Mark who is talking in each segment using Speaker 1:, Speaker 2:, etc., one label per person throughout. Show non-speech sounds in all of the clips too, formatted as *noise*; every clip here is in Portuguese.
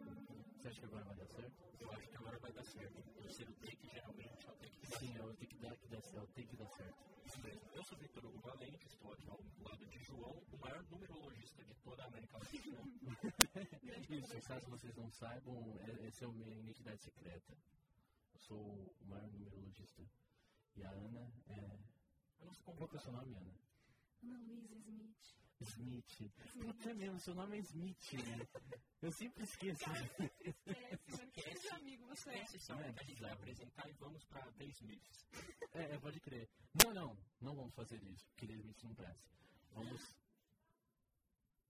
Speaker 1: Você acha que agora vai dar certo?
Speaker 2: Eu acho que agora vai dar certo. O terceiro take geralmente é o take que dá
Speaker 1: Sim, é
Speaker 2: certo.
Speaker 1: o tem que dar, que dá certo, tem que dar certo.
Speaker 2: Isso mesmo. Eu sou Vitor Hugo Valente, estou aqui ao lado de João, o maior numerologista de toda a América Latina.
Speaker 1: *laughs* Isso, caso vocês não saibam, é- essa é a minha identidade secreta. Eu sou o maior numerologista. E a Ana é.
Speaker 2: Eu não sou
Speaker 1: Qual que é o seu
Speaker 2: convidado.
Speaker 1: nome, Ana?
Speaker 3: Ana Luísa Smith.
Speaker 1: Smith. Puta mesmo, seu nome é Smith, né? Eu sempre esqueço.
Speaker 3: Esquece, que amigo você é.
Speaker 2: Esse são que a gente vai apresentar e vamos para The Smiths.
Speaker 1: É, é, pode crer. Não, não, não vamos fazer isso, porque The Smith não presta. Vamos.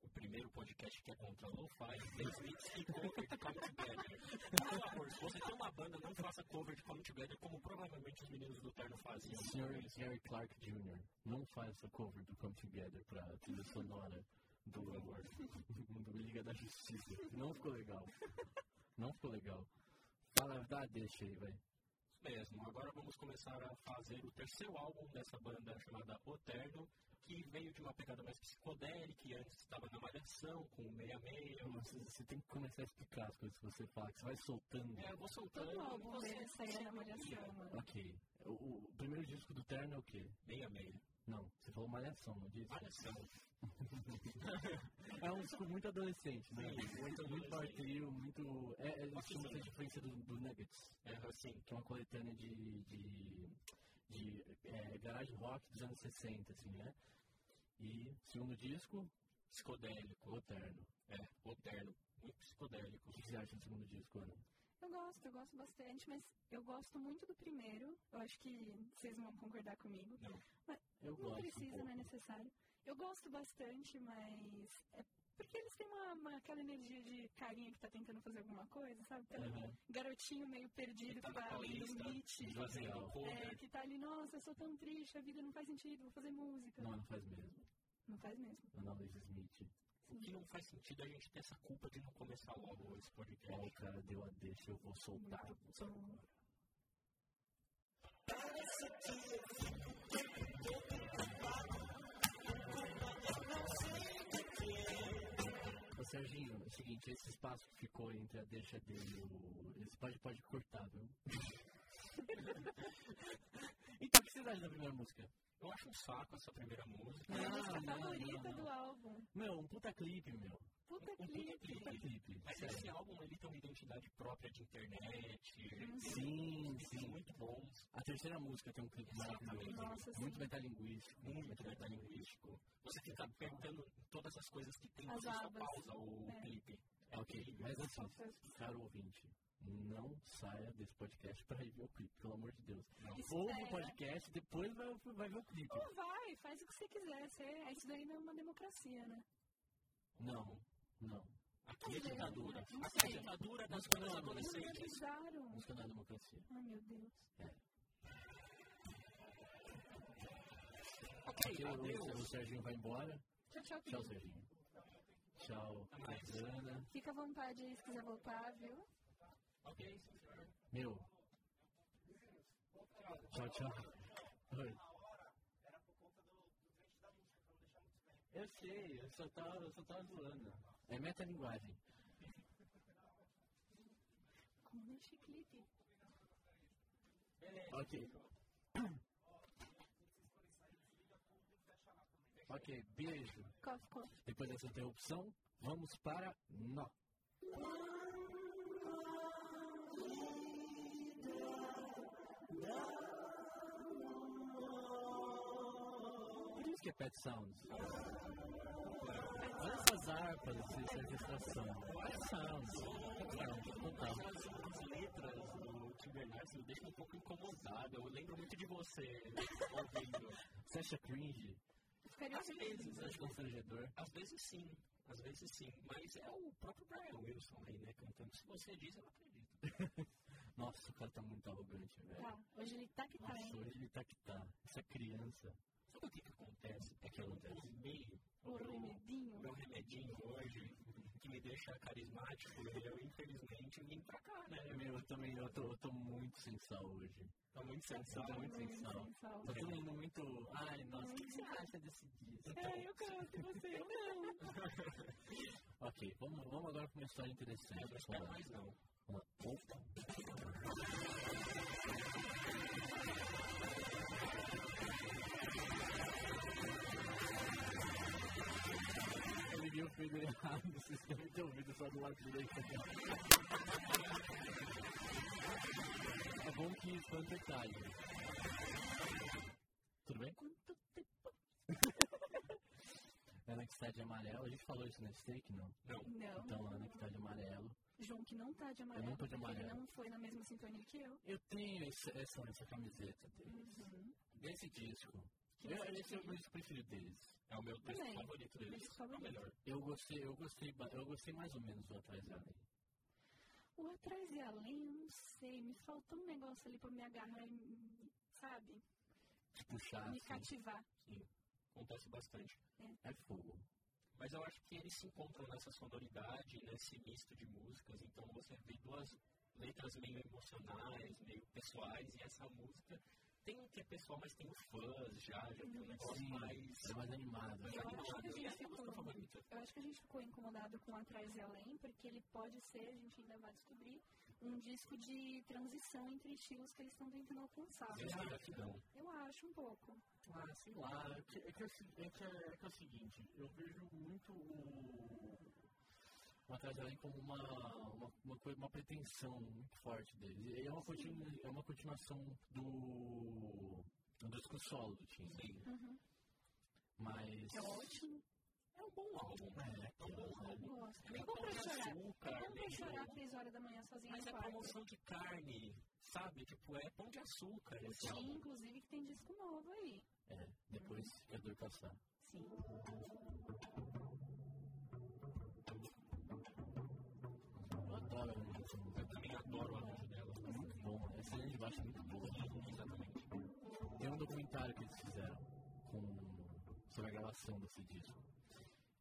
Speaker 2: O primeiro podcast que é contra lo-fi, The Smiths e cover de Come Together. Por favor, se você tem uma banda, não faça cover de Come Together como provavelmente os meninos do Terno faziam.
Speaker 1: Sr. Gary Clark Jr. não faz essa cover do Come Together pra trilha sonora do, *laughs* do Liga da Justiça. Não ficou legal. Não ficou legal. Fala, dá, deixa aí, vai.
Speaker 2: mesmo. Agora vamos começar a fazer o terceiro álbum dessa banda chamada Oterno, que veio de uma pegada mais psicodélica e antes estava na Malhação com o 66.
Speaker 1: Você, você tem que começar a explicar as coisas que você fala, que você vai soltando.
Speaker 2: É, eu vou soltando.
Speaker 3: Todo álbum
Speaker 2: você
Speaker 3: dele saía na malhação, mano.
Speaker 1: Ok. O, o primeiro disco do Terno é o quê?
Speaker 2: 66.
Speaker 1: Não, você falou Malhação, não disse?
Speaker 2: Malhação.
Speaker 1: *laughs* É um disco muito adolescente, né?
Speaker 2: Sim, muito
Speaker 1: Muito
Speaker 2: adolescente.
Speaker 1: partiu, muito. É, é, eles
Speaker 2: Nossa,
Speaker 1: tinham muita
Speaker 2: sim.
Speaker 1: diferença do, do Nuggets.
Speaker 2: É assim.
Speaker 1: que é uma coletânea de, de, de é, garage rock dos anos 60, assim, né? E segundo disco,
Speaker 2: Psicodélico.
Speaker 1: Oterno.
Speaker 2: É, Oterno. Muito psicodélico.
Speaker 1: O que você acha do segundo disco, Ana?
Speaker 3: Eu gosto, eu gosto bastante, mas eu gosto muito do primeiro. Eu acho que vocês vão concordar comigo.
Speaker 2: Não.
Speaker 3: Mas
Speaker 1: Eu
Speaker 3: não
Speaker 1: gosto um
Speaker 3: precisa, não é
Speaker 1: pouco.
Speaker 3: necessário. Eu gosto bastante, mas é porque eles têm uma, uma- aquela energia de carinha que tá tentando fazer alguma coisa, sabe? Aquela
Speaker 1: Uhum.
Speaker 3: Garotinho meio perdido
Speaker 2: Que tá
Speaker 3: que
Speaker 2: na
Speaker 3: vai além do
Speaker 2: Paulista,
Speaker 3: beat.
Speaker 2: Fazendo
Speaker 1: Legal.
Speaker 3: É,
Speaker 2: cover.
Speaker 3: que tá ali, nossa, eu sou tão triste, a vida não faz sentido, vou fazer música.
Speaker 1: Não, é. não faz mesmo.
Speaker 3: Não faz mesmo.
Speaker 1: Ana Luiz Smith.
Speaker 2: O que não faz sentido é a gente ter essa culpa de não começar logo esse
Speaker 1: Ó,
Speaker 2: podcast.
Speaker 1: o É, cara deu a deixa, eu vou soltar. Ô, Serginho, é o seguinte, esse espaço que ficou entre a deixa dele e o. Esse pode, pode cortar,
Speaker 2: *laughs*
Speaker 1: viu? então, o que vocês acham da primeira música?
Speaker 2: Eu acho um saco essa primeira música.
Speaker 3: É
Speaker 1: Ah,
Speaker 3: a
Speaker 1: Não,
Speaker 3: música
Speaker 1: não,
Speaker 3: favorita
Speaker 1: não, não.
Speaker 3: do álbum.
Speaker 1: Meu, um puta clipe, meu.
Speaker 3: Puta
Speaker 2: Um puta
Speaker 3: clipe.
Speaker 1: Puta clipe.
Speaker 2: Mas
Speaker 1: sério.
Speaker 2: esse álbum ele tem uma identidade própria de internet.
Speaker 1: Sim,
Speaker 2: Sim.
Speaker 1: sim.
Speaker 2: muito bons,
Speaker 1: A terceira música tem um clipe maravilhoso.
Speaker 3: Nossa, sim.
Speaker 1: muito metalinguístico.
Speaker 2: muito metalinguístico. Você fica apertando todas as coisas que tem,
Speaker 3: As
Speaker 2: você só
Speaker 3: abas.
Speaker 2: pausa o
Speaker 3: É.
Speaker 2: clipe.
Speaker 1: É ok, mas assim,
Speaker 3: Nossa,
Speaker 1: caro ouvinte, não saia desse podcast pra ir ver o clipe, pelo amor de Deus.
Speaker 3: Isso
Speaker 1: Ouve o
Speaker 3: é.
Speaker 1: podcast, depois vai, vai ver o clipe.
Speaker 3: Ou vai, faz o que você quiser. Você, isso daí não é uma democracia, né?
Speaker 1: Não, não.
Speaker 2: Aqui é
Speaker 3: Não
Speaker 2: ditadura.
Speaker 3: sei.
Speaker 2: Aqui é ditadura das coisas
Speaker 3: Eles
Speaker 2: adolescentes.
Speaker 3: legalizaram.
Speaker 1: Música não é democracia.
Speaker 3: Ai, meu Deus.
Speaker 1: Porque
Speaker 2: Ok,
Speaker 1: o, o
Speaker 2: adeus.
Speaker 1: Serginho vai embora.
Speaker 3: Tchau, tchau,
Speaker 1: Tchau,
Speaker 3: querido.
Speaker 1: Serginho. Tchau,
Speaker 2: Até mais.
Speaker 1: Ana.
Speaker 3: Fica à vontade aí se quiser voltar, viu?
Speaker 2: Ok,
Speaker 1: Meu. Tchau, tchau. Oi. Eu sei, eu só tava, eu só tava zoando. É metalinguagem.
Speaker 3: Com um este clipe.
Speaker 2: É.
Speaker 1: Ok. Ok, beijo.
Speaker 3: Cof, cof.
Speaker 1: Depois dessa interrupção, vamos para nó. Por isso que é Pet Sounds. Olha essas harpas, essa orquestração. Pet Sounds. Pet Sounds, total.
Speaker 2: as letras do Tim Bernardes me deixam um pouco incomodado. Eu lembro muito de você ouvindo.
Speaker 1: Você acha cringe?
Speaker 3: Ficaria
Speaker 2: Às vezes, né?
Speaker 3: feliz.
Speaker 1: Você acha é constrangedor?
Speaker 2: Às vezes sim, às vezes sim. Mas é o próprio Brian Wilson aí, né, cantando. Se você diz, eu não acredito.
Speaker 1: *laughs* Nossa, o cara tá muito arrogante, velho.
Speaker 3: Tá, hoje ele tá que tá,
Speaker 1: Nossa,
Speaker 3: hein?
Speaker 1: hoje ele tá que tá. Essa criança.
Speaker 2: Sabe o que, que acontece? É que eu não tomei
Speaker 3: O remedinho.
Speaker 2: o meu remedinho hoje, que me deixa carismático, e eu infelizmente vim pra cá, né?
Speaker 1: Meu, eu também, eu tô, eu tô muito sem sal hoje.
Speaker 2: Tá muito né?
Speaker 1: Tá
Speaker 2: sensacional.
Speaker 1: muito sem sal.
Speaker 3: Sem sal.
Speaker 2: É.
Speaker 1: Tá todo mundo muito.
Speaker 3: Hum.
Speaker 2: Então,
Speaker 1: Ai, nossa, o que que você acha desse disco?
Speaker 3: É, eu canto, e você. Eu não.
Speaker 1: Ok, vamos, vamos agora pra uma história
Speaker 2: Eu
Speaker 1: interessante.
Speaker 2: não
Speaker 1: Vamos
Speaker 2: espero
Speaker 1: lá.
Speaker 2: mais não.
Speaker 1: Uma outra. Eu liguei o filho errado, vocês devem ter ouvido só do lado direito. É bom que isso é um detalhe. Tudo bem?
Speaker 3: Quanto tempo?
Speaker 1: Ana que está de amarelo, a gente falou isso na steak, não?
Speaker 3: Não.
Speaker 1: Então, Ana que está de amarelo.
Speaker 3: João que não tá de amarelo.
Speaker 1: Eu não tô de
Speaker 3: porque Ele
Speaker 1: amarelo.
Speaker 3: não foi na mesma sintonia que eu.
Speaker 1: Eu tenho esse- essa, essa camiseta deles.
Speaker 3: Uhum.
Speaker 1: Desse disco.
Speaker 3: Que
Speaker 1: Eu,
Speaker 3: você
Speaker 1: esse é o
Speaker 3: tem.
Speaker 1: meu disco preferido deles.
Speaker 2: É o meu texto
Speaker 3: Também.
Speaker 2: favorito deles.
Speaker 3: Disco
Speaker 2: É
Speaker 3: favorito.
Speaker 2: o melhor.
Speaker 1: Eu gostei, eu gostei, ba- eu gostei mais ou menos do Atrás da Lei.
Speaker 3: O atrás e além, eu não sei. Me faltou um negócio ali pra me agarrar e, me- sabe?
Speaker 1: De
Speaker 2: Ah,
Speaker 1: puxar,
Speaker 3: me
Speaker 1: assim,
Speaker 3: cativar.
Speaker 2: Acontece bastante.
Speaker 1: é fogo.
Speaker 2: Mas eu acho que eles se encontram nessa sonoridade, nesse misto de músicas. Então você vê duas letras meio emocionais, meio pessoais. E essa música tem um que é pessoal, mas tem um fãs já. Já tem um negócio
Speaker 1: Sim,
Speaker 2: mais...
Speaker 1: é mais animado.
Speaker 2: mais
Speaker 3: Eu acho
Speaker 2: animado.
Speaker 3: que a gente
Speaker 2: E essa é a
Speaker 3: ficou-
Speaker 2: música favorita.
Speaker 3: Eu acho que a gente ficou incomodado com Atrás e Além, porque ele pode ser, a gente ainda vai descobrir, um disco de transição entre estilos que eles estão tentando alcançar.
Speaker 2: Eu estou aqui não.
Speaker 3: Eu acho um pouco.
Speaker 1: Ah, sei lá, é que é, que é o se- é que é- é que é o seguinte, eu vejo muito o, o Atrás da Lei como uma, uma, uma, coi- uma pretensão muito forte deles. E É uma, continu, é uma continuação do, do disco solo do Tim.
Speaker 3: Uhum.
Speaker 1: Mas...
Speaker 3: É ótimo.
Speaker 2: É um bom álbum.
Speaker 1: É, é um álbum.
Speaker 3: Eu gosto.
Speaker 2: Meio
Speaker 3: É bom pra
Speaker 2: pão de
Speaker 3: chorar.
Speaker 2: açúcar,
Speaker 3: É bom pra
Speaker 2: meio-
Speaker 3: chorar três horas da manhã sozinho
Speaker 2: Mas
Speaker 3: no
Speaker 2: é
Speaker 3: quarto.
Speaker 2: promoção de carne, sabe? Tipo, é pão de açúcar. é
Speaker 3: Eu
Speaker 2: esse
Speaker 3: tinha,
Speaker 2: álbum.
Speaker 3: inclusive, que tem disco novo aí.
Speaker 1: É, depois que a dor passar.
Speaker 3: Sim.
Speaker 1: Eu adoro a música,
Speaker 2: Eu também adoro o arranjo dela.
Speaker 1: é muito bom. Essa linha de baixo é muito boa.
Speaker 2: Exatamente.
Speaker 1: Tem um documentário que eles fizeram com, sobre a gravação desse disco.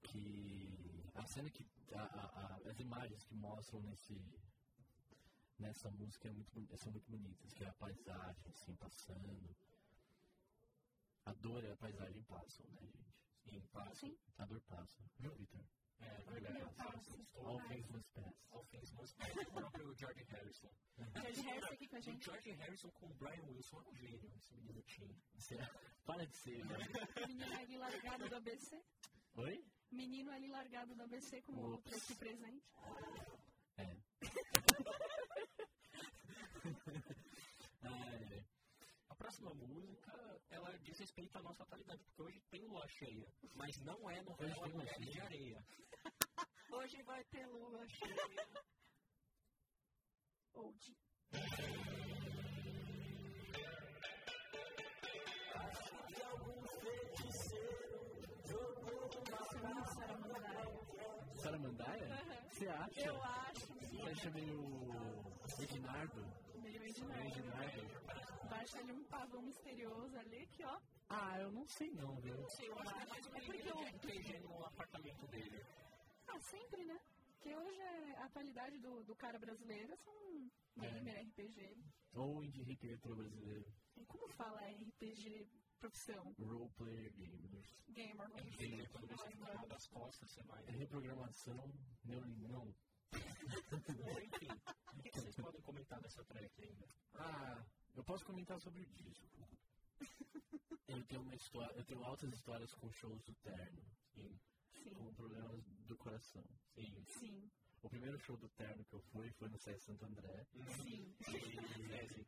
Speaker 1: Que a cena que. a- a- a- as imagens que mostram nesse, nessa música é muito, boni- são muito bonitas, que é a paisagem assim passando. A dor e a paisagem passam, né, gente?
Speaker 2: Sim, passa.
Speaker 3: Sim.
Speaker 1: A dor passa. Viu, Victor?
Speaker 2: É,
Speaker 3: Eu
Speaker 1: tá,
Speaker 2: verdade.
Speaker 3: passo.
Speaker 2: Passa.
Speaker 1: All things must pass.
Speaker 2: All things must pass. O próprio George Harrison. Tipo,
Speaker 3: George Harrison aqui com a
Speaker 2: O *laughs*
Speaker 3: gente.
Speaker 2: George Harrison com o Brian Wilson é um gênio, esse menino tinha.
Speaker 1: Será? Para de ser,
Speaker 2: né?
Speaker 1: velho.
Speaker 3: Menino ali largado do ABC.
Speaker 1: Oi?
Speaker 3: Menino ali largado do ABC com
Speaker 1: Ops.
Speaker 3: outro aqui presente.
Speaker 2: É. *laughs*
Speaker 1: Ah, é.
Speaker 2: A próxima música, ela diz respeito à nossa atualidade, porque hoje tem lua cheia, mas não é no
Speaker 1: Hoje
Speaker 2: Real
Speaker 1: tem lua
Speaker 2: Mulheres
Speaker 1: cheia.
Speaker 2: de Areia. Hoje vai ter lua cheia.
Speaker 3: *laughs* Old. Nossa, muito Saramandaia.
Speaker 1: Saramandaia?
Speaker 3: Aham.
Speaker 1: Você acha?
Speaker 3: Eu acho que
Speaker 1: Você acha meio Ednardo?
Speaker 3: meio
Speaker 2: É.
Speaker 1: Meio
Speaker 3: imaginário.
Speaker 1: Ednardo?
Speaker 3: Baixa ali um pavão misterioso ali que, ó.
Speaker 1: Ah, eu não sei não, viu?
Speaker 2: Sim, eu acho que é mais uma
Speaker 3: É porque
Speaker 2: menina
Speaker 3: eu-
Speaker 2: de RPG no apartamento dele.
Speaker 3: Ah, sempre, né? Porque hoje é- a atualidade do, do cara brasileiro é um
Speaker 1: É.
Speaker 3: gamer RPG.
Speaker 1: Ou indie hip retro brasileiro.
Speaker 3: E Como fala RPG profissão?
Speaker 1: Roleplayer gamers.
Speaker 3: Gamer.
Speaker 2: É dele quando você fica mal das costas, você vai.
Speaker 1: Reprogramação,
Speaker 2: *laughs*
Speaker 1: neurolimão.
Speaker 2: Enfim, o que vocês podem comentar dessa track né? ainda?
Speaker 1: Ah, eu posso comentar sobre o disco.
Speaker 2: *laughs*
Speaker 1: eu tenho uma história, eu tenho altas histórias com shows do Terno. Sim.
Speaker 3: Sim,
Speaker 1: Com problemas do coração. Sim.
Speaker 3: sim,
Speaker 1: O primeiro show do Terno que eu fui foi no César Santo André.
Speaker 3: sim.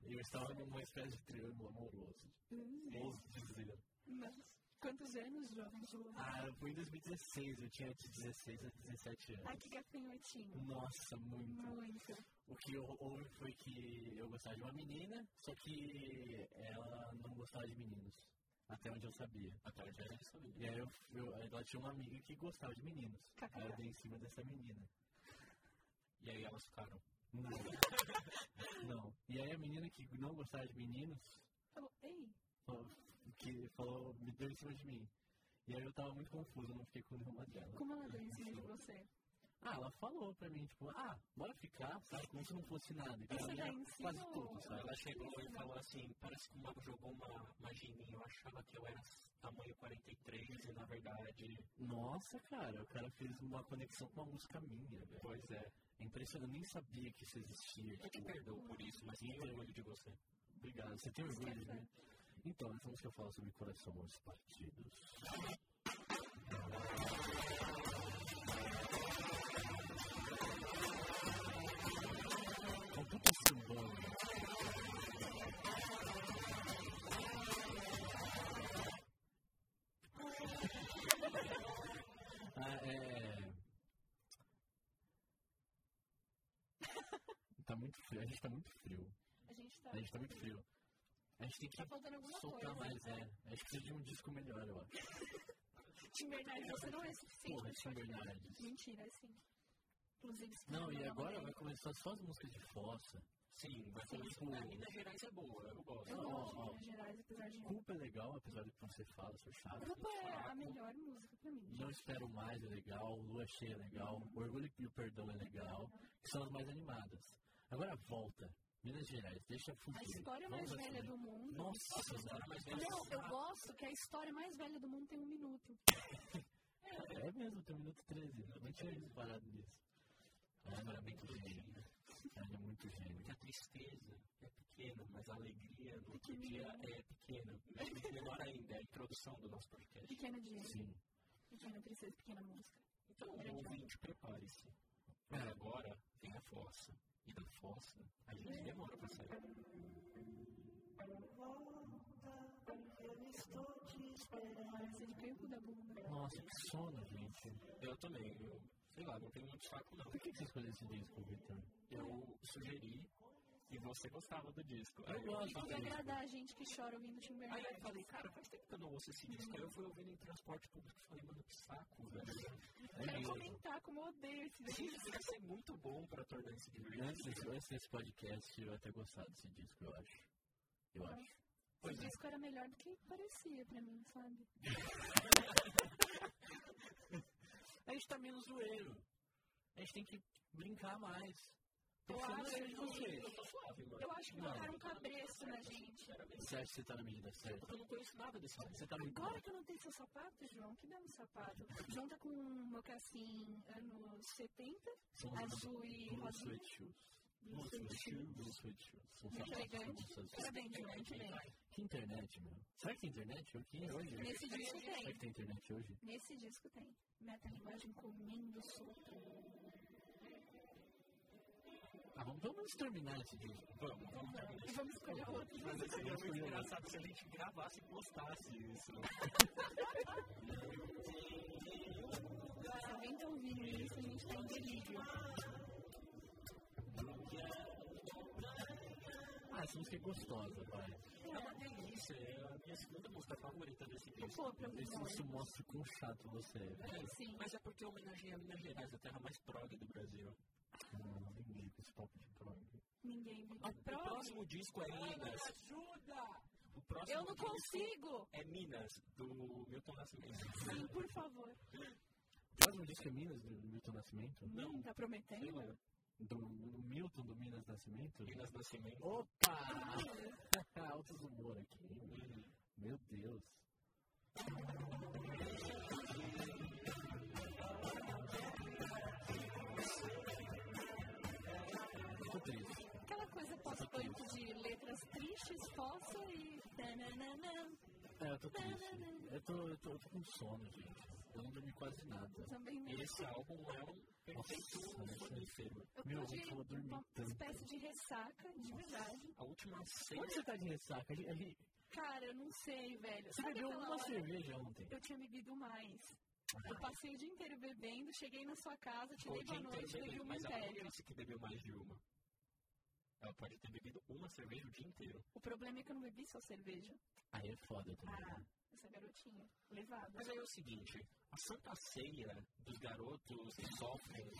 Speaker 1: E eu estava numa espécie de triângulo amoroso.
Speaker 3: Hum,
Speaker 1: Ouso dizer.
Speaker 3: nossa. Quantos anos, jovem Ju?
Speaker 1: Ah, eu fui em 2016, eu tinha de 16 a 17 anos.
Speaker 3: Ai, que gafanhotinho.
Speaker 1: Nossa, muito.
Speaker 3: Muito.
Speaker 1: O que eu- houve foi que eu gostava de uma menina, só que ela não gostava de meninos. Até onde eu sabia. Até onde eu sabia. E aí eu, eu- ela tinha uma amiga que gostava de meninos. Aí eu dei em cima dessa menina.
Speaker 2: E aí elas ficaram.
Speaker 1: *laughs* Não. não. E aí a menina que não gostava de meninos
Speaker 3: Falou, ei,
Speaker 1: falou- que falou, me deu em cima de mim. E aí eu tava muito confuso, eu não fiquei com nenhuma dela.
Speaker 3: como ela deu em cima de você?
Speaker 1: Ah, ela falou pra mim, tipo, ah, bora ficar, sabe? Como se não fosse nada. E pra
Speaker 3: Isso
Speaker 1: mim
Speaker 3: já
Speaker 1: era quase
Speaker 3: ensinou.
Speaker 1: tudo, sabe?
Speaker 2: Ela chegou e falou assim: parece que o mago jogou uma, uma geminha, eu achava que eu era tamanho 43 e na verdade.
Speaker 1: Nossa, cara, o cara fez uma conexão com uma música minha, velho.
Speaker 2: Pois é.
Speaker 1: É impressionante, eu nem sabia que isso existia.
Speaker 2: Eu te perdoo por isso, mas tenho orgulho de você.
Speaker 1: Obrigado, você tem orgulho, né? Então, essa música fala sobre coração aos partidos. É um puta sambão, né? Ah, é... Tá muito frio, a gente tá muito frio.
Speaker 3: A gente tá.
Speaker 1: A gente tá muito frio. A gente tem que
Speaker 3: Tá faltando alguma
Speaker 1: soltar
Speaker 3: coisa.
Speaker 1: mais, é. A gente precisa de um disco melhor, eu acho.
Speaker 3: Tim Bernardes, você não é suficiente.
Speaker 1: Porra, Tim Bernardes.
Speaker 3: Mentira, é sim. Inclusive, se
Speaker 1: Não, e
Speaker 3: quiser mandar
Speaker 1: agora
Speaker 3: um
Speaker 1: vai começar só as músicas de fossa.
Speaker 2: Sim, vai
Speaker 1: Sim,
Speaker 2: começar.
Speaker 1: tipo-
Speaker 2: Ah, Minas Gerais é boa, eu gosto.
Speaker 3: Eu
Speaker 1: Ó,
Speaker 3: gosto de
Speaker 1: ó.
Speaker 3: Minas Gerais, apesar de.
Speaker 1: Culpa é legal, apesar de que você fala, você sabe.
Speaker 3: Culpa é a melhor música pra mim.
Speaker 1: Não Espero Mais é legal, Lua Cheia é legal, Orgulho e o Perdão é legal, que são as mais animadas. Agora volta, Minas Gerais, deixa fugir.
Speaker 3: A história mais
Speaker 1: Vamos assim.
Speaker 3: velha
Speaker 1: assumir.
Speaker 3: do mundo.
Speaker 1: Nossa, senhora, mas
Speaker 3: Não, eu gosto que a história mais velha do mundo tem um minuto.
Speaker 1: é mesmo, tem um minuto 13,
Speaker 2: né?
Speaker 1: eu não tinha reparado nisso. A Ana é muito gênio, a Ana é muito
Speaker 2: Porque
Speaker 1: gênio.
Speaker 2: a né? tristeza é pequena, mas a alegria no outro dia é pequena. Mas Menor ainda, é a introdução do nosso podcast.
Speaker 3: Pequeno dia,
Speaker 1: Sim,
Speaker 3: pequena tristeza, pequena música.
Speaker 2: Então, ouvinte, prepare-se. Mas agora tem a fossa. E da fossa, a gente demora pra sair.
Speaker 1: É,
Speaker 3: Parece de canco da bunda.
Speaker 1: nossa, que sono, gente.
Speaker 2: Eu também, eu, sei lá, não tenho muito saco não.
Speaker 1: Por que que você escolheu esse disco, Victor?
Speaker 2: Eu sugeri e você gostava do disco.
Speaker 1: Eu gosto
Speaker 2: Aí
Speaker 3: Tem que
Speaker 1: também.
Speaker 3: agradar a gente que chora ouvindo Tim
Speaker 2: Aí eu
Speaker 3: Bernardes.
Speaker 2: falei, cara, faz tempo que eu não ouço esse disco. Aí eu fui ouvindo em transporte público e falei, mano, que saco, velho.
Speaker 1: É
Speaker 3: Quero
Speaker 1: mesmo.
Speaker 3: comentar como eu odeio esse disco.
Speaker 2: Isso vai ser muito bom pra tornar esse
Speaker 1: Antes,
Speaker 2: divertido.
Speaker 1: desse- antes desse podcast, eu ia ter gostado desse disco, eu acho. Eu acho.
Speaker 3: Esse disco era melhor do que parecia pra mim, sabe?
Speaker 1: A gente tá menos zoeiro. A gente tem que brincar mais.
Speaker 3: Eu
Speaker 1: Você não
Speaker 3: acho
Speaker 1: é de
Speaker 3: que-
Speaker 1: vocês.
Speaker 3: Eu acho que
Speaker 1: Não.
Speaker 3: botaram um cabreço na gente.
Speaker 1: Você acha que você tá na medida certa?
Speaker 2: Eu não conheço nada desse disco.
Speaker 1: Você tá muito
Speaker 3: Agora que eu não tenho seu sapato, João, que dá no sapato? João tá com um mocassim anos 70,
Speaker 1: São
Speaker 3: azul e
Speaker 1: blue
Speaker 3: rosinha.
Speaker 1: sweatshoes.
Speaker 3: Blue
Speaker 1: Blue
Speaker 3: suede
Speaker 1: sweatshoes.
Speaker 3: shoes.
Speaker 1: Blue sweatshoes. São
Speaker 3: Muito
Speaker 1: sapatos
Speaker 3: elegante.
Speaker 1: todos azuis.
Speaker 3: Parabéns, João, muito bem.
Speaker 1: Que internet, meu. Será que tem internet? O que é hoje?
Speaker 3: Nesse disco
Speaker 1: Será que
Speaker 3: tem.
Speaker 1: tem internet hoje?
Speaker 3: Nesse disco tem. Metalinguagem comendo solto.
Speaker 1: Ah, vamos, vamos terminar esse disco.
Speaker 2: Vamos, vamos terminar.
Speaker 3: E vamos escolher outro.
Speaker 2: Mas seria muito engraçado se a gente gravasse e postasse isso.
Speaker 3: Se alguém tá ouvindo isso, a gente tá em delírio.
Speaker 1: Ah, essa música é gostosa, vai.
Speaker 2: É uma delícia, é a minha segunda música favorita desse
Speaker 3: Eu
Speaker 2: disco.
Speaker 3: vou pra ouvir
Speaker 1: Isso, isso
Speaker 3: muito.
Speaker 1: mostra o quão chato você é.
Speaker 3: Sim.
Speaker 2: Mas é porque eu homenageei a Minas Gerais, a terra mais prog do Brasil.
Speaker 1: Não, não Ah, entendi esse papo de prog.
Speaker 3: Ninguém me
Speaker 2: O próximo disco é Minas. Ajuda! O próximo
Speaker 3: Eu não
Speaker 2: disco
Speaker 3: consigo!
Speaker 2: é Minas, do Milton Nascimento.
Speaker 3: Sim, por favor.
Speaker 1: O próximo disco é Minas, do Milton Nascimento?
Speaker 3: Não tá
Speaker 2: Sei lá,
Speaker 3: prometendo?
Speaker 1: Do, do Milton do Minas Nascimento?
Speaker 2: né? Minas Nascimento.
Speaker 1: Opa! *laughs*
Speaker 3: Ah,
Speaker 1: Altos humor aqui. Meu Deus. Tô triste.
Speaker 3: Aquela coisa pós-pânico de letras tristes, fossa e. tananana.
Speaker 1: É, eu tô triste. Eu tô, eu tô, eu tô com sono, gente. Eu não dormi quase nada.
Speaker 3: Também não.
Speaker 2: Esse álbum é um perfeito
Speaker 1: Nossa,
Speaker 2: sonífero.
Speaker 3: Eu
Speaker 1: Meu,
Speaker 3: tô de
Speaker 1: eu vou dormir
Speaker 3: uma
Speaker 1: tanto.
Speaker 3: espécie de ressaca, de verdade.
Speaker 2: A última
Speaker 1: Onde
Speaker 2: ceia
Speaker 1: você tá de ressaca? A gente- a gente-
Speaker 3: Cara, eu não sei, velho.
Speaker 1: Você
Speaker 3: Sabe
Speaker 1: bebeu
Speaker 3: aquela
Speaker 1: uma Ah.
Speaker 3: hora?
Speaker 1: cerveja ontem.
Speaker 3: Eu tinha bebido mais. Eu passei o dia inteiro bebendo, cheguei na sua casa, te
Speaker 2: foi o
Speaker 3: dei
Speaker 2: dia
Speaker 3: boa
Speaker 2: inteiro
Speaker 3: noite, bebi
Speaker 2: bebendo,
Speaker 3: uma
Speaker 2: mas ela não
Speaker 3: império.
Speaker 2: disse que bebeu mais de uma. Ela pode ter bebido uma cerveja o dia inteiro.
Speaker 3: O problema é que eu não bebi só cerveja.
Speaker 1: Aí é foda também.
Speaker 3: Ah, essa garotinha. Levada.
Speaker 2: Mas aí é o seguinte, a santa ceia dos garotos que sofrem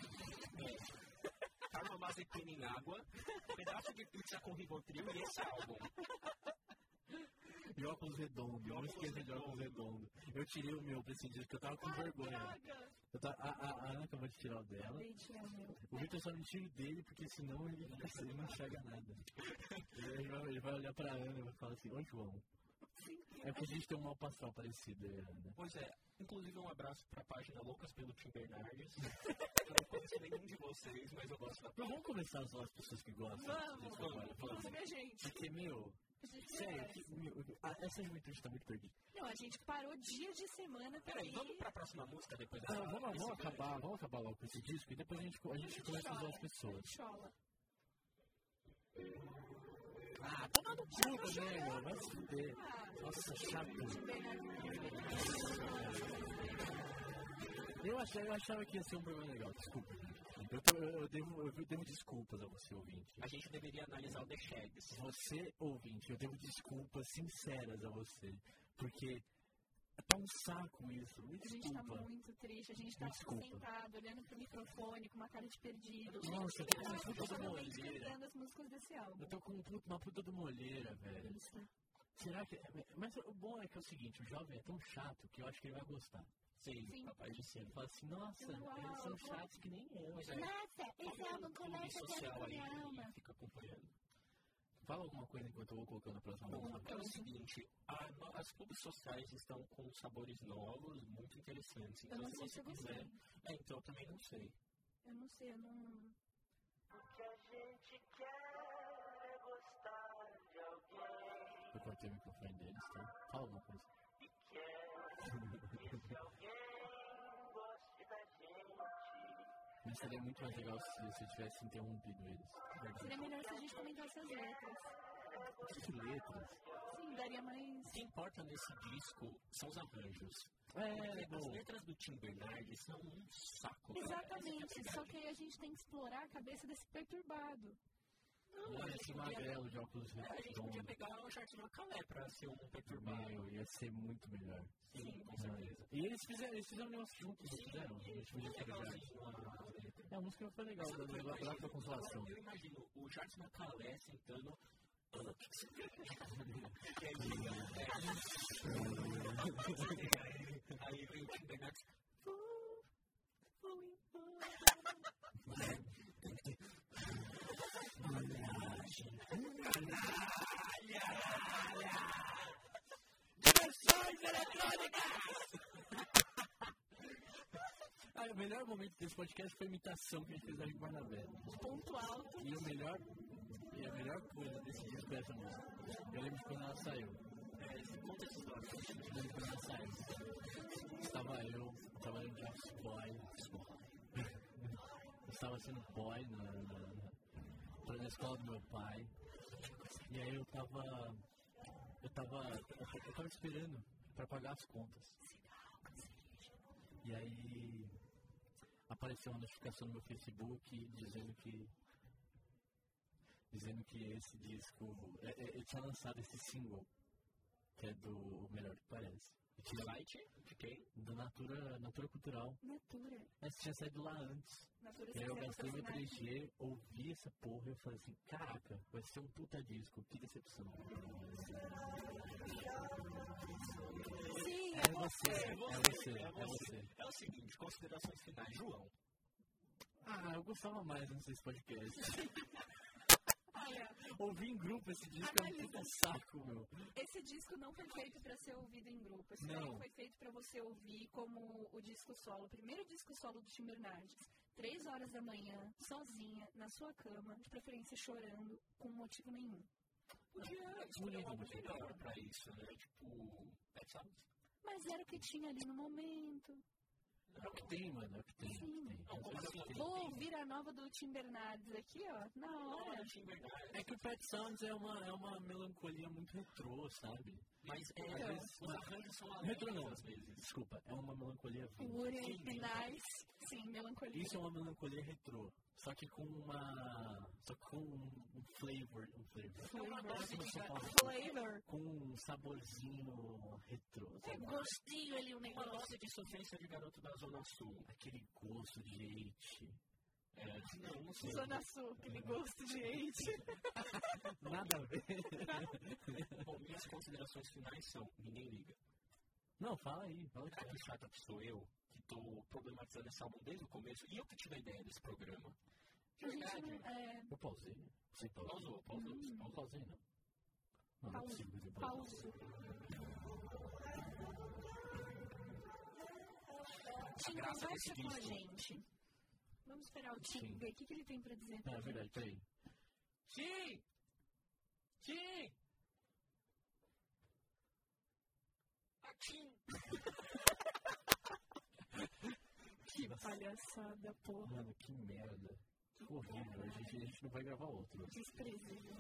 Speaker 2: é carbamazepina em água, um pedaço de pizza com ribotril e esse álbum.
Speaker 1: E óculos redondo, não esqueça de óculos redondo. Eu tirei o meu pra esse disco, eu tava com vergonha. né?
Speaker 3: Droga!
Speaker 1: Eu tava, a, a- a Ana acabou de tirar o dela.
Speaker 3: Acabei de tirar o meu.
Speaker 1: O Victor só me tira o dele, porque senão ele, fica- ele não enxerga nada. Ele vai, ele vai olhar pra Ana e vai falar assim, ô João,
Speaker 3: Sim,
Speaker 1: É porque a gente tem um mal passado parecido, né?
Speaker 2: Pois é, inclusive um abraço pra página Loucas pelo Tim
Speaker 1: *laughs*
Speaker 2: Bernardes. eu não conheço nenhum de vocês, mas eu gosto da
Speaker 1: Mas vamos começar a zoar as pessoas que gostam desse
Speaker 3: Vamos,
Speaker 1: trabalho. assim,
Speaker 3: vamos ver a gente.
Speaker 1: Porque, meu,
Speaker 3: A gente
Speaker 1: sério,
Speaker 3: merece.
Speaker 1: que- meu, a- essa juventude tá muito perdida.
Speaker 3: Não, a gente parou dia de semana pra
Speaker 2: Peraí,
Speaker 3: ir.
Speaker 2: vamos pra próxima música depois dessa.
Speaker 1: Não, vamos,
Speaker 2: desse
Speaker 1: vamos acabar, vamos acabar logo com esse disco e depois a gente, co- a gente começa a usar as pessoas.
Speaker 3: Chola.
Speaker 1: Ah, toma no cu também, mano. Vai se fuder.
Speaker 3: Ah,
Speaker 1: Nossa, chato.
Speaker 3: Tim Bernardes.
Speaker 1: Eu achava, eu achava que ia ser um programa legal, desculpa. Eu, tô- eu- eu devo, eu devo desculpas a você, ouvinte.
Speaker 2: A gente deveria analisar o The Shags.
Speaker 1: Você, ouvinte, eu devo desculpas sinceras a você. Porque tá um saco isso. Me
Speaker 3: A gente tá
Speaker 1: desculpa.
Speaker 3: muito triste, a gente tá
Speaker 1: Desculpa.
Speaker 3: sentado, olhando pro microfone, com uma cara de perdido.
Speaker 1: Nossa, eu tô com uma puta de uma
Speaker 3: Totalmente
Speaker 1: olheira.
Speaker 3: cantando as músicas desse álbum.
Speaker 1: Eu tô com um puto- uma puta de uma olheira, velho.
Speaker 3: Isso.
Speaker 1: Será que. Mas o bom é que é o seguinte: o jovem é tão chato que eu acho que ele vai gostar. Sim,
Speaker 3: Sim.
Speaker 1: papai de cima. Ele fala assim: nossa,
Speaker 3: Uau,
Speaker 1: eles são
Speaker 3: uau.
Speaker 1: chatos que nem eu.
Speaker 2: Pois é,
Speaker 3: Nossa, esse álbum
Speaker 2: clube
Speaker 3: começa dentro
Speaker 2: um social
Speaker 3: da
Speaker 2: aí
Speaker 3: minha alma.
Speaker 2: que fica acompanhando.
Speaker 1: Fala alguma coisa enquanto eu vou colocando a próxima
Speaker 2: Bom,
Speaker 1: música.
Speaker 2: é o seguinte, a no- as clubes sociais estão com sabores novos, muito interessantes.
Speaker 3: Eu
Speaker 2: Então,
Speaker 3: não
Speaker 2: se
Speaker 3: sei se
Speaker 2: você
Speaker 3: eu gostei.
Speaker 2: quiser. É, então eu também não sei.
Speaker 3: Eu não sei, eu não.
Speaker 1: Eu cortei o microfone deles, tá? Fala alguma
Speaker 3: *laughs*
Speaker 1: coisa. Mas seria muito mais legal se você tivesse interrompido eles.
Speaker 3: Seria melhor se a gente comentasse as letras.
Speaker 1: Que letras.
Speaker 3: Sim, daria mais.
Speaker 2: O que importa nesse disco são os arranjos.
Speaker 1: É,
Speaker 2: As
Speaker 1: bom.
Speaker 2: letras do Tim Bernardes são um saco. cara.
Speaker 3: Exatamente, só que aí a gente tem que explorar a cabeça desse perturbado.
Speaker 1: Olha esse magrelo de óculos
Speaker 2: É, A gente podia
Speaker 1: redondos.
Speaker 2: pegar um o Jardim Macalé pra ser um perturbado.
Speaker 1: Meu, ia ser muito melhor.
Speaker 2: Sim, com certeza.
Speaker 1: E eles fizeram, eles fizeram um negócio juntos, não fizeram? Eles fizeram juntos.
Speaker 2: Legalzinho a letra.
Speaker 1: É, a música foi legal,
Speaker 2: Sabe o que
Speaker 1: da
Speaker 2: eu
Speaker 1: da- da
Speaker 2: imagino?
Speaker 1: consolação.
Speaker 2: Eu imagino o Jardim Macalé sentando. "Ah, o que que você quer?" E aí, ele- é. Aí vem o Tim Bernardes. "Vou, vou embora."
Speaker 1: Ah, o melhor momento desse podcast foi a imitação que a gente fez da Rick Barnabé.
Speaker 3: Ponto alto.
Speaker 1: E o melhor, e a melhor coisa desse disco é essa música. Eu lembro de quando ela saiu.
Speaker 2: É, Conta essa história.
Speaker 1: Eu lembro de quando ela saiu. Estava eu, estava eu de office boy. Eu estava sendo boy na, na, na, pra- na escola do meu pai. E aí eu tava. Eu tava. Eu tava esperando pra pagar as contas. E aí apareceu uma notificação no meu Facebook dizendo que dizendo que esse disco é, é, eu tinha lançado esse single que é do O melhor que parece eu tinha
Speaker 2: Site de quem?
Speaker 1: da Natura Natura Cultural
Speaker 3: Natura.
Speaker 1: essa tinha saído lá antes
Speaker 3: Natura um
Speaker 1: e aí
Speaker 3: se
Speaker 1: eu
Speaker 3: quiser
Speaker 1: gastei meu
Speaker 3: patrocinar,
Speaker 1: 3G ouvi essa porra e eu falei assim caraca vai ser um puta disco que decepção
Speaker 3: Sim,
Speaker 1: é você é você é você
Speaker 2: É o seguinte, considerações finais. João,
Speaker 1: ah eu gostava mais desses podcasts *laughs*
Speaker 3: olha,
Speaker 1: Ouvir em grupo esse disco é um puta saco, meu.
Speaker 3: esse disco não foi feito pra ser ouvido em grupo. Esse
Speaker 1: Não.
Speaker 3: disco foi feito pra você ouvir como o disco solo, o primeiro disco solo do Tim Bernardes. Três horas da manhã, sozinha, na sua cama, de preferência chorando, com motivo nenhum.
Speaker 2: podia escolher algo melhor pra isso, né? Tipo, Pet Sounds.
Speaker 3: Mas era o que tinha ali no momento.
Speaker 1: É o que tem, mano. É o que tem. é o que tem.
Speaker 2: Não, como assim?
Speaker 3: Vou ouvir a nova do Tim Bernardes aqui, ó, na hora.
Speaker 2: Tim Bernardes.
Speaker 1: É que o Pet Sounds é uma, é uma melancolia muito retrô, sabe?
Speaker 2: Mas é,
Speaker 1: Às vezes-
Speaker 2: os arranjos são
Speaker 1: Retrô não,
Speaker 2: alegres às vezes.
Speaker 1: desculpa. É uma melancolia vintage.
Speaker 3: Wouldn't it be nice? Sim, melancolia.
Speaker 1: Isso é uma melancolia retrô. Só que com uma. Só que com um um flavor. Um flavor. Como se fala?
Speaker 3: Flavor.
Speaker 1: Com um saborzinho retrô.
Speaker 3: É
Speaker 1: Sabe?
Speaker 3: gostinho ali, um
Speaker 2: Uma
Speaker 3: negócio.
Speaker 2: dose de sofrência de garoto da Zona Sul.
Speaker 1: Aquele gosto de leite. É,
Speaker 2: Não, não sei.
Speaker 3: Zona Sul, aquele
Speaker 1: Uhum.
Speaker 3: gosto de leite.
Speaker 1: Nada a ver.
Speaker 2: *laughs* Bom, minhas considerações finais são: ninguém liga.
Speaker 1: Não, fala aí. Fala
Speaker 2: Ah,
Speaker 1: aí.
Speaker 2: que chata que sou eu, que tô problematizando esse álbum desde o começo. E eu que tive a ideia desse programa. De
Speaker 3: A *laughs* gente
Speaker 2: verdade.
Speaker 3: não, é,
Speaker 1: Eu pausei. né? Você pausou? Hum.
Speaker 2: Pausou, pausou.
Speaker 1: Não pausei, não. Não, não é
Speaker 3: Pause.
Speaker 1: possível que você pausou.
Speaker 3: pausa.
Speaker 2: a
Speaker 3: Tim,
Speaker 2: graça desse
Speaker 3: conversa um com a
Speaker 2: disco.
Speaker 3: gente. Vamos esperar o Tim
Speaker 1: Sim.
Speaker 3: ver o que, que ele tem pra dizer
Speaker 1: É
Speaker 3: pra
Speaker 1: verdade,
Speaker 3: gente.
Speaker 1: peraí.
Speaker 2: Sim! Sim! Aqui!
Speaker 3: Que palhaçada, porra.
Speaker 1: Mano, que merda. Que horrível. né? A gente, a gente não vai gravar outro.
Speaker 3: Desprezível.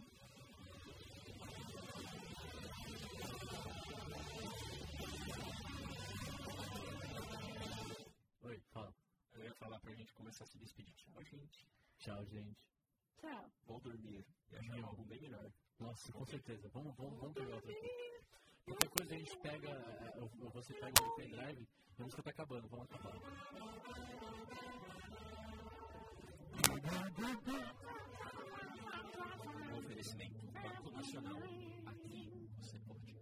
Speaker 1: Oi, fala.
Speaker 2: Eu ia falar pra gente começar a se despedir. Tchau, gente.
Speaker 1: Tchau, gente.
Speaker 3: Tá.
Speaker 2: Vou dormir. E achar é algo bem melhor.
Speaker 1: Nossa, com certeza. Vamos, vamos, vamos pegar outra coisa. Qualquer coisa a gente pega, eh, eu, eu, você pega o pendrive, a música tá acabando, vamos acabar.
Speaker 2: Um oferecimento do Banco Nacional. Aqui você pode.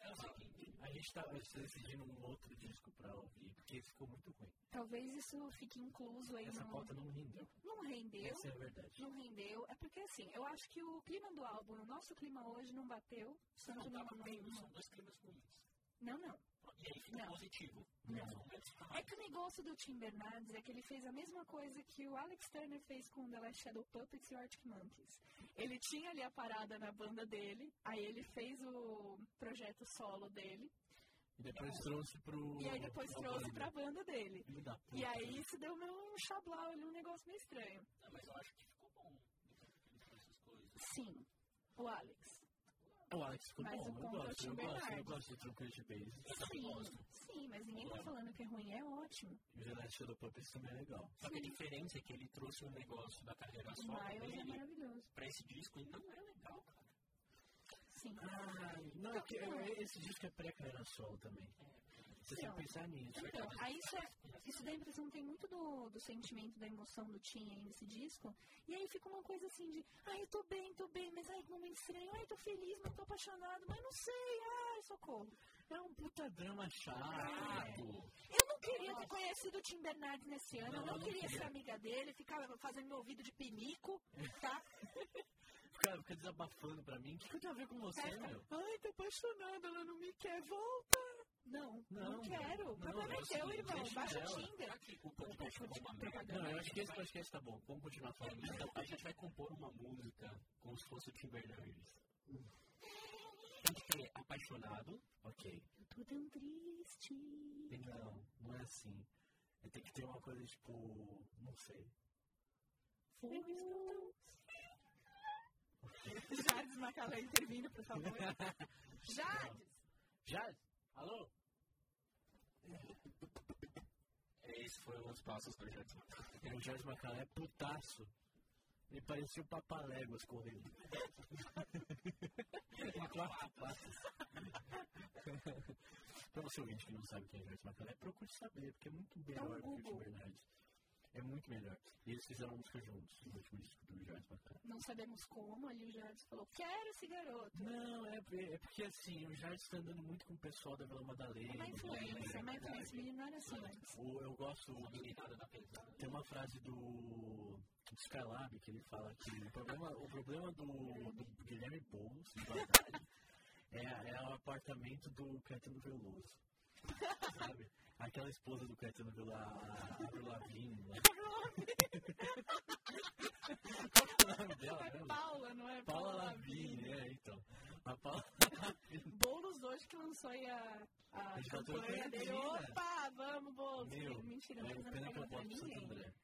Speaker 1: É o seguinte, a gente tá decidindo um outro disco pra ouvir, porque ficou muito ruim.
Speaker 3: Talvez isso fique incluso aí
Speaker 1: Essa
Speaker 3: no.
Speaker 1: pauta não rendeu.
Speaker 3: Não rendeu.
Speaker 1: Essa é a verdade.
Speaker 3: Não rendeu. É porque assim, eu acho que o clima do álbum, o nosso clima hoje, não bateu. Tanto
Speaker 2: Não
Speaker 3: no
Speaker 2: dá pra ver,
Speaker 3: momento.
Speaker 2: são dois climas ruins.
Speaker 3: Não, não.
Speaker 2: E aí fica
Speaker 3: Não.
Speaker 2: positivo.
Speaker 1: Não.
Speaker 2: Nos momentos tá.
Speaker 3: É que o negócio do Tim Bernardes é que ele fez a mesma coisa que o Alex Turner fez com o The Last Shadow Puppets e o Arctic Monkeys. Ele tinha ali a parada na banda dele, aí ele fez o projeto solo dele,
Speaker 1: E depois trouxe pro.
Speaker 3: e aí depois
Speaker 1: pra
Speaker 3: trouxe
Speaker 1: banda.
Speaker 3: pra banda dele.
Speaker 1: Filho da puta.
Speaker 3: E aí isso deu meio um chablau ali, um negócio meio estranho.
Speaker 2: Não, mas eu acho que ficou bom. Ele fez essas coisas.
Speaker 3: Sim, o Alex.
Speaker 1: O Alex ficou
Speaker 3: Mas o
Speaker 1: bom, eu
Speaker 3: ponto é o
Speaker 1: gosto,
Speaker 3: Tim
Speaker 1: eu gosto, eu
Speaker 3: Bernardes.
Speaker 1: gosto de Tranquility Base.
Speaker 3: Sim, sim, mas ninguém tá falando que é ruim, é ótimo.
Speaker 1: E o Gelati Shadow Puppets também é legal.
Speaker 2: Só que a diferença é que ele trouxe um negócio da carreira
Speaker 3: O
Speaker 2: solo
Speaker 3: Miles é
Speaker 2: dele
Speaker 3: maravilhoso.
Speaker 2: pra esse disco e não é legal, cara.
Speaker 3: Sim. Ah,
Speaker 1: Ai, não, é que é- esse disco é pré-carreira sol também. Você tem
Speaker 3: Então,
Speaker 1: que pensar nisso.
Speaker 3: Então, aí isso, é, isso dá a impressão que tem muito do, do sentimento, da emoção do Tim aí nesse disco. E aí fica uma coisa assim de, ai, eu tô bem, tô bem, mas ai, que momento estranho, ai, tô feliz, mas tô apaixonado, mas não sei, ai, socorro.
Speaker 1: É um puta drama chato.
Speaker 3: Eu não queria ter conhecido o Tim Bernardes nesse ano, eu não queria ser amiga dele, ficar fazendo meu ouvido de pinico,
Speaker 1: *laughs*
Speaker 3: tá?
Speaker 1: Cara, fica desabafando pra mim. O que, que eu tenho a ver com você,
Speaker 3: Certo.
Speaker 1: meu? Ai, tô apaixonada, ela não me quer, volta.
Speaker 3: Não, não,
Speaker 1: Não,
Speaker 3: quero. O problema é
Speaker 1: não,
Speaker 3: teu,
Speaker 1: assim,
Speaker 3: irmão.
Speaker 1: deixa
Speaker 3: Baixa o
Speaker 1: ela.
Speaker 3: Tinder.
Speaker 2: Aqui, o podcast tá ficou uma merda.
Speaker 1: Não, eu acho que esse podcast tá bom. Vamos continuar falando.
Speaker 2: Então, a gente vai compor uma música como se fosse o Tim Bernardes. Tem que ter apaixonado,
Speaker 1: Ok.
Speaker 3: Eu tô tão triste.
Speaker 1: Não, não é assim. É, Tem que ter uma coisa tipo. Não sei.
Speaker 3: Eu estou tão Jardes Macalé intervindo,
Speaker 1: *laughs*
Speaker 3: por favor. Jardes!
Speaker 1: Já? Alô?
Speaker 2: esse foi um dos passos do Jardim.
Speaker 1: É, o Jorge Macalé é putaço. Ele parecia o Papaléguas correndo. *laughs* Em quatro passos. Pra você ouvinte que não sabe quem é Jorge Macalé, procure saber, porque é muito melhor do que o Tim
Speaker 3: Google.
Speaker 1: Bernardes. É muito melhor. E eles fizeram música juntos, no último disco do Jorge Macalé.
Speaker 3: Não sabemos como, ali o Jardes falou, quero esse garoto.
Speaker 1: Não, é, é porque assim, o Jorge está andando muito com o pessoal da Vila Madalena. né?
Speaker 3: É uma influência, é uma influência, ele não era assim antes.
Speaker 1: O- Eu gosto
Speaker 2: Uma meninada da pesada.
Speaker 1: Tem uma frase do Skylab que ele fala que o problema, o problema do, do Guilherme Boulos de
Speaker 3: *laughs*
Speaker 1: verdade, é, é o apartamento do Caetano Veloso. Sabe? Aquela esposa do Caetano Veloso, a a Lavigne. né? lá. Qual que é *laughs* o nome dela?
Speaker 3: É
Speaker 1: mesmo?
Speaker 3: Paula, não é?
Speaker 1: Paula Lavigne, é, então. A Paula
Speaker 3: Boulos hoje que lançou aí a, a
Speaker 1: Ele tá todo
Speaker 3: campanha dele.
Speaker 1: perdido.
Speaker 3: Opa, vamos, Boulos.
Speaker 1: Meu,
Speaker 3: Mentira,
Speaker 1: é
Speaker 3: mas
Speaker 1: o
Speaker 3: não
Speaker 1: pena que eu
Speaker 3: pegou pra
Speaker 1: boto pro Santo
Speaker 3: ninguém.
Speaker 1: André.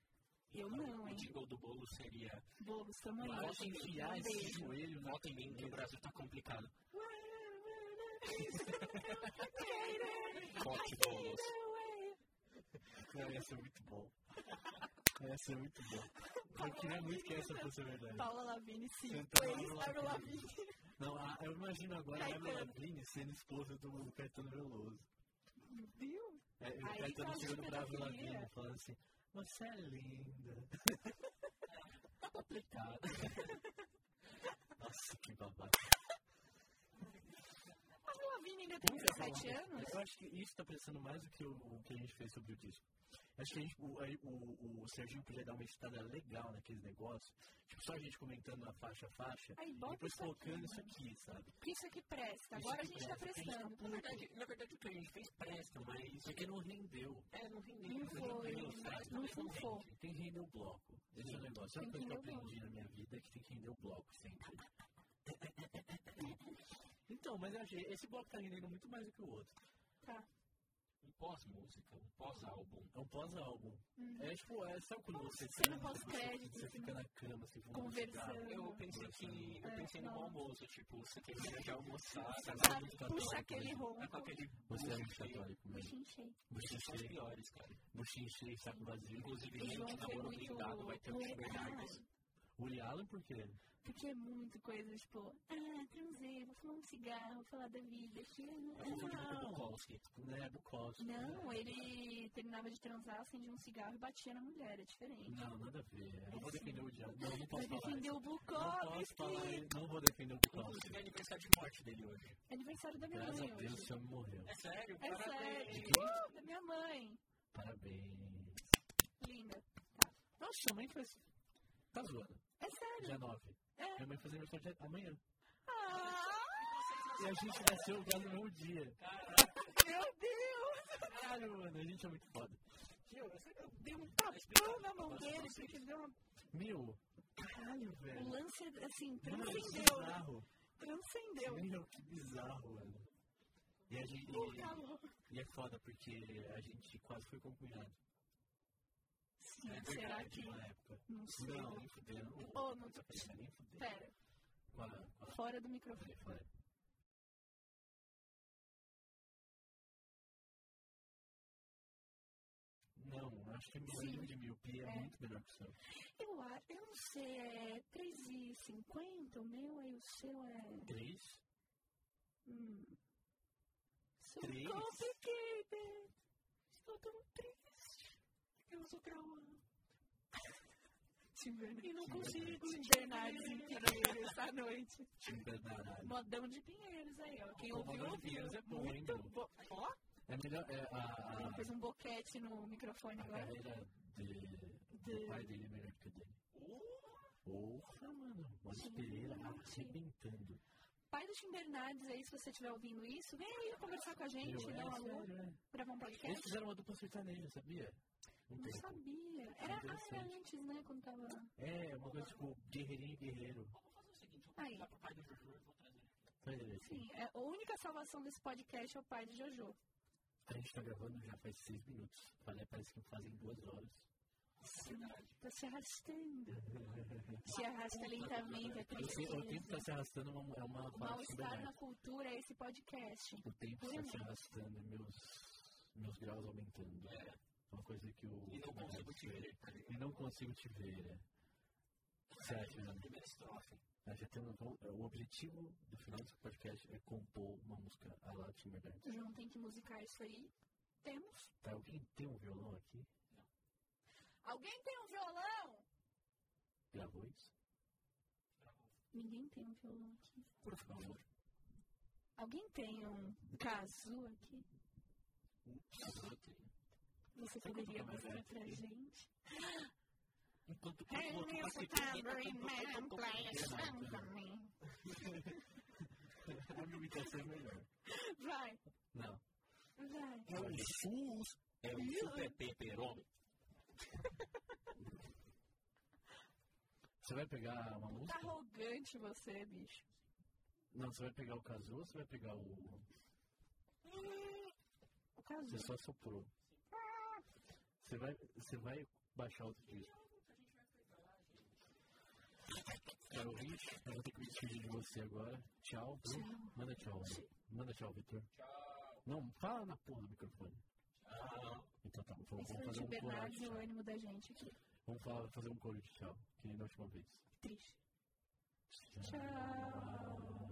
Speaker 3: Eu não,
Speaker 2: O
Speaker 3: hein?
Speaker 2: jingle do bolo seria
Speaker 3: Boulos, tamo aí.
Speaker 1: Eu
Speaker 2: Volta
Speaker 1: acho
Speaker 2: em
Speaker 1: enfiar
Speaker 3: Um
Speaker 1: esse tipo.
Speaker 3: beijo.
Speaker 1: joelho na
Speaker 2: Vota em mim que o Brasil tá complicado.
Speaker 3: *laughs*
Speaker 2: Vote bolos.
Speaker 3: é.
Speaker 1: Cara, ia ser muito bom. Ia ser muito bom. Eu queria muito que essa fosse a verdade.
Speaker 3: Paula Lavigne, sim.
Speaker 1: Senta lá,
Speaker 3: Please,
Speaker 1: Paula
Speaker 3: Paula
Speaker 1: Lavigne.
Speaker 3: Lavigne.
Speaker 1: Não, a- eu imagino agora a Avril
Speaker 3: Caetano.
Speaker 1: Lavigne sendo esposa do Caetano Veloso.
Speaker 3: Viu?
Speaker 1: É, e o
Speaker 3: Aí
Speaker 1: Caetano
Speaker 3: faz
Speaker 1: chegando pra Avril
Speaker 3: pedofilia.
Speaker 1: Lavigne falando assim, você é
Speaker 3: *laughs*
Speaker 1: linda. *laughs*
Speaker 2: Complicado.
Speaker 1: Nossa, que babado.
Speaker 3: A
Speaker 1: é
Speaker 3: Avril Lavigne ainda tem
Speaker 1: Vamos falar uma
Speaker 3: 17
Speaker 1: coisa.
Speaker 3: anos?
Speaker 1: Eu acho que isso tá pensando mais do que o, o que a gente fez sobre o disco. Acho que a gente, o, aí o, o Serginho podia dar uma editada legal naqueles negócios. Tipo, só a gente comentando a faixa a faixa.
Speaker 3: Aí
Speaker 1: e
Speaker 3: bota
Speaker 1: depois
Speaker 3: isso aqui.
Speaker 1: colocando isso aqui, sabe?
Speaker 3: Porque isso aqui presta. Agora a gente está prestando.
Speaker 2: Na verdade, na verdade, o que a gente fez presta, mas.
Speaker 1: Porque não rendeu.
Speaker 2: É, não rendeu.
Speaker 3: Não
Speaker 2: mas não
Speaker 3: foi,
Speaker 2: rendeu,
Speaker 3: não
Speaker 2: sabe?
Speaker 3: não
Speaker 2: Mas
Speaker 3: funfou.
Speaker 2: rende.
Speaker 1: Tem que render o bloco. Esse é o negócio. É uma
Speaker 3: Tem
Speaker 1: coisa que eu
Speaker 3: que render o
Speaker 1: aprendi na minha vida é que tem que render o bloco sempre. *laughs* então, mas eu achei. Esse bloco tá rendendo muito mais do que o outro.
Speaker 3: Tá.
Speaker 2: Um pós-música, um pós-álbum.
Speaker 1: É um pós-álbum.
Speaker 3: Uhum.
Speaker 1: É tipo, é, sabe quando você.
Speaker 3: Você não
Speaker 1: senta,
Speaker 3: pós crédito,
Speaker 1: Você fica na cama, assim, fumando um
Speaker 3: Conversando.
Speaker 1: cigarro.
Speaker 2: Eu pensei que. Eu
Speaker 3: É,
Speaker 2: pensei no
Speaker 3: não.
Speaker 2: almoço, tipo, você termina de almoçar, tá
Speaker 1: Sabe?
Speaker 2: sabe?
Speaker 3: Puxa aquele
Speaker 2: Tá com
Speaker 3: ronco.
Speaker 2: aquele
Speaker 1: Você é muito
Speaker 2: bucho cheio.
Speaker 1: católico
Speaker 3: Me
Speaker 1: mesmo.
Speaker 3: chinchei.
Speaker 2: Vocês são os
Speaker 1: Buchinchei,
Speaker 2: piores, cara.
Speaker 1: buchinchei, saco tá vazio. tá
Speaker 2: Inclusive,
Speaker 3: O João
Speaker 2: gente,
Speaker 3: foi
Speaker 2: namoro
Speaker 3: muito.
Speaker 2: blindado vai ter os melhores.
Speaker 3: Ah,
Speaker 1: Woody Allen, por quê?
Speaker 3: Porque é muito coisa, tipo, ah, transei, vou fumar um cigarro, vou falar da vida. Que...
Speaker 1: Não.
Speaker 3: Não.
Speaker 1: é Bukowski. Né, Bukowski.
Speaker 3: Não, ele terminava de transar, acendia um cigarro e batia na mulher, é diferente.
Speaker 1: Não, nada a ver. Eu vou
Speaker 3: Sim.
Speaker 1: defender o Woody Allen. Não, não
Speaker 3: Vai
Speaker 1: posso falar.
Speaker 3: defender
Speaker 1: isso.
Speaker 3: o
Speaker 1: Não posso falar.
Speaker 3: Bukowski.
Speaker 1: isso. Não vou defender o Bukowski.
Speaker 2: Inclusive, é aniversário de morte dele hoje.
Speaker 3: Aniversário da minha
Speaker 1: Graças
Speaker 3: mãe
Speaker 1: a Deus,
Speaker 3: hoje.
Speaker 1: esse homem morreu.
Speaker 2: É sério,
Speaker 3: É
Speaker 2: parabéns.
Speaker 3: sério. Uh, da minha mãe.
Speaker 1: Parabéns.
Speaker 3: Linda.
Speaker 1: Nossa, sua mãe faz... Tá zoando.
Speaker 3: É sério.
Speaker 1: Dia 9.
Speaker 3: É.
Speaker 1: Minha mãe faz aniversário dia- amanhã.
Speaker 3: Ah,
Speaker 1: E a gente nasceu já no mesmo dia.
Speaker 3: meu Deus!
Speaker 1: Caralho, mano, a gente é muito foda.
Speaker 2: Tio, você não
Speaker 3: Deu um tapão na mão dele, porque deu uma...
Speaker 1: Meu, caralho,
Speaker 3: O
Speaker 1: velho.
Speaker 3: lance, assim,
Speaker 1: Mano, que
Speaker 3: transcendeu, né?
Speaker 1: é bizarro.
Speaker 3: Transcendeu.
Speaker 1: Meu, que bizarro, mano. E, a gente,
Speaker 3: O calor.
Speaker 1: e é foda, porque a gente quase foi concunhado.
Speaker 3: Sim,
Speaker 1: É
Speaker 3: será
Speaker 1: verdade,
Speaker 3: que...
Speaker 1: Na época.
Speaker 3: Não sei.
Speaker 1: Não, nem fudendo.
Speaker 3: Oh, não tô-
Speaker 1: Nem fudendo.
Speaker 3: Pera,
Speaker 1: Com a- com a-
Speaker 3: fora do microfone.
Speaker 1: Fora. Não, acho que meu
Speaker 3: Sim.
Speaker 1: livro de miopia é,
Speaker 3: É.
Speaker 1: muito melhor que o seu.
Speaker 3: Eu acho, eu não sei, é 3,50 o meu, aí o seu é...
Speaker 1: Três?
Speaker 3: Hum, so
Speaker 1: Três?
Speaker 3: complicated. Estou tão triste. Eu sou trauma. E não consigo enganar em Pinheiros à noite.
Speaker 1: Time Bernardo.
Speaker 3: Modão de Pinheiros aí, ó. Quem
Speaker 1: Pô,
Speaker 3: ouviu,
Speaker 1: Modão de
Speaker 3: ouviu.
Speaker 1: Pinheiros é bom, hein,
Speaker 3: Muito
Speaker 1: meu?
Speaker 3: bom. Ó,
Speaker 1: É melhor. É, a, a,
Speaker 3: ela fez um boquete no microfone
Speaker 1: a
Speaker 3: agora.
Speaker 1: carreira de, do pai dele é melhor que a dele. Porra, mano. Mano Pereira arrebentando.
Speaker 3: Pai do Tim Bernardes aí, se você estiver ouvindo isso, vem aí conversar com a gente,
Speaker 1: Meu,
Speaker 3: dá um
Speaker 1: é
Speaker 3: alô,
Speaker 1: sério, é.
Speaker 3: gravar um
Speaker 1: Eles
Speaker 3: podcast.
Speaker 1: fizeram uma dupla sertaneja, sabia? Um
Speaker 3: Não
Speaker 1: tempo.
Speaker 3: sabia. Era, ah, era
Speaker 1: Interessante.
Speaker 3: antes, né? Quando tava.
Speaker 1: É, uma coisa tipo guerreirinho e guerreiro.
Speaker 2: Vamos fazer o seguinte, eu vou
Speaker 3: Aí.
Speaker 2: ligar pro pai do Juju e vou trazer ele.
Speaker 1: Mas, assim,
Speaker 3: Sim, é, a única salvação desse podcast é o pai de Jojo.
Speaker 1: A gente tá gravando já faz seis minutos. Falei, parece que fazem duas
Speaker 3: *laughs*
Speaker 1: horas.
Speaker 3: Tá se arrastando. Se arrasta lentamente, é
Speaker 1: Eu sei, o tempo
Speaker 3: tristeza.
Speaker 1: tá se arrastando é uma, é uma
Speaker 3: O
Speaker 1: fala de
Speaker 3: mal-estar Uhum. na
Speaker 1: verdade.
Speaker 3: cultura é esse podcast.
Speaker 1: O tempo tá se arrastando e meus, meus graus aumentando. É uma coisa que o.
Speaker 2: E não consigo
Speaker 1: o Bernardo
Speaker 2: te
Speaker 1: fez.
Speaker 2: ver, tá ligado?
Speaker 1: E não consigo te ver. é. Você acha,
Speaker 2: Na
Speaker 1: Ana?
Speaker 2: primeira estrofe.
Speaker 1: Nós já temos um- O objetivo do final desse podcast é compor uma música a lá de verdade.
Speaker 3: O João tem que musicar isso aí. Temos.
Speaker 1: Tá, alguém tem um violão aqui?
Speaker 3: Alguém tem um violão?
Speaker 1: Gravou isso?
Speaker 3: Ninguém tem um violão aqui.
Speaker 1: Por favor.
Speaker 3: Alguém tem um casu aqui? Você poderia mostrar pra gente?
Speaker 2: Enquanto que
Speaker 3: Hey,
Speaker 2: o outro tá
Speaker 3: Mr.
Speaker 2: aqui,
Speaker 3: Tambourine Man, play a song for me.
Speaker 1: A minha imitação é melhor.
Speaker 3: Vai,
Speaker 1: Não.
Speaker 3: vai.
Speaker 2: É um SUS, é um super peperome.
Speaker 1: Você vai pegar uma
Speaker 3: Tá
Speaker 1: música?
Speaker 3: arrogante você, bicho.
Speaker 1: Não, você vai pegar o casu ou você vai pegar o.
Speaker 3: O casu.
Speaker 1: Você só soprou. Você vai, você vai baixar outro disco. Quero ouvir? Eu vou ter que me despedir de você agora. Tchau. Bru. Manda tchau. Ana. Manda tchau, Vitor. Não, fala na porra do microfone. Então tá, vamos-
Speaker 3: Esse
Speaker 1: vamos
Speaker 3: foi o
Speaker 1: fazer
Speaker 3: Tim
Speaker 1: um coro
Speaker 3: Bernardes
Speaker 1: de
Speaker 3: e é o
Speaker 1: tchau.
Speaker 3: ânimo da gente aqui.
Speaker 1: Vamos falar- fazer um coro de tchau, que nem da última vez.
Speaker 3: Triste. Tchau.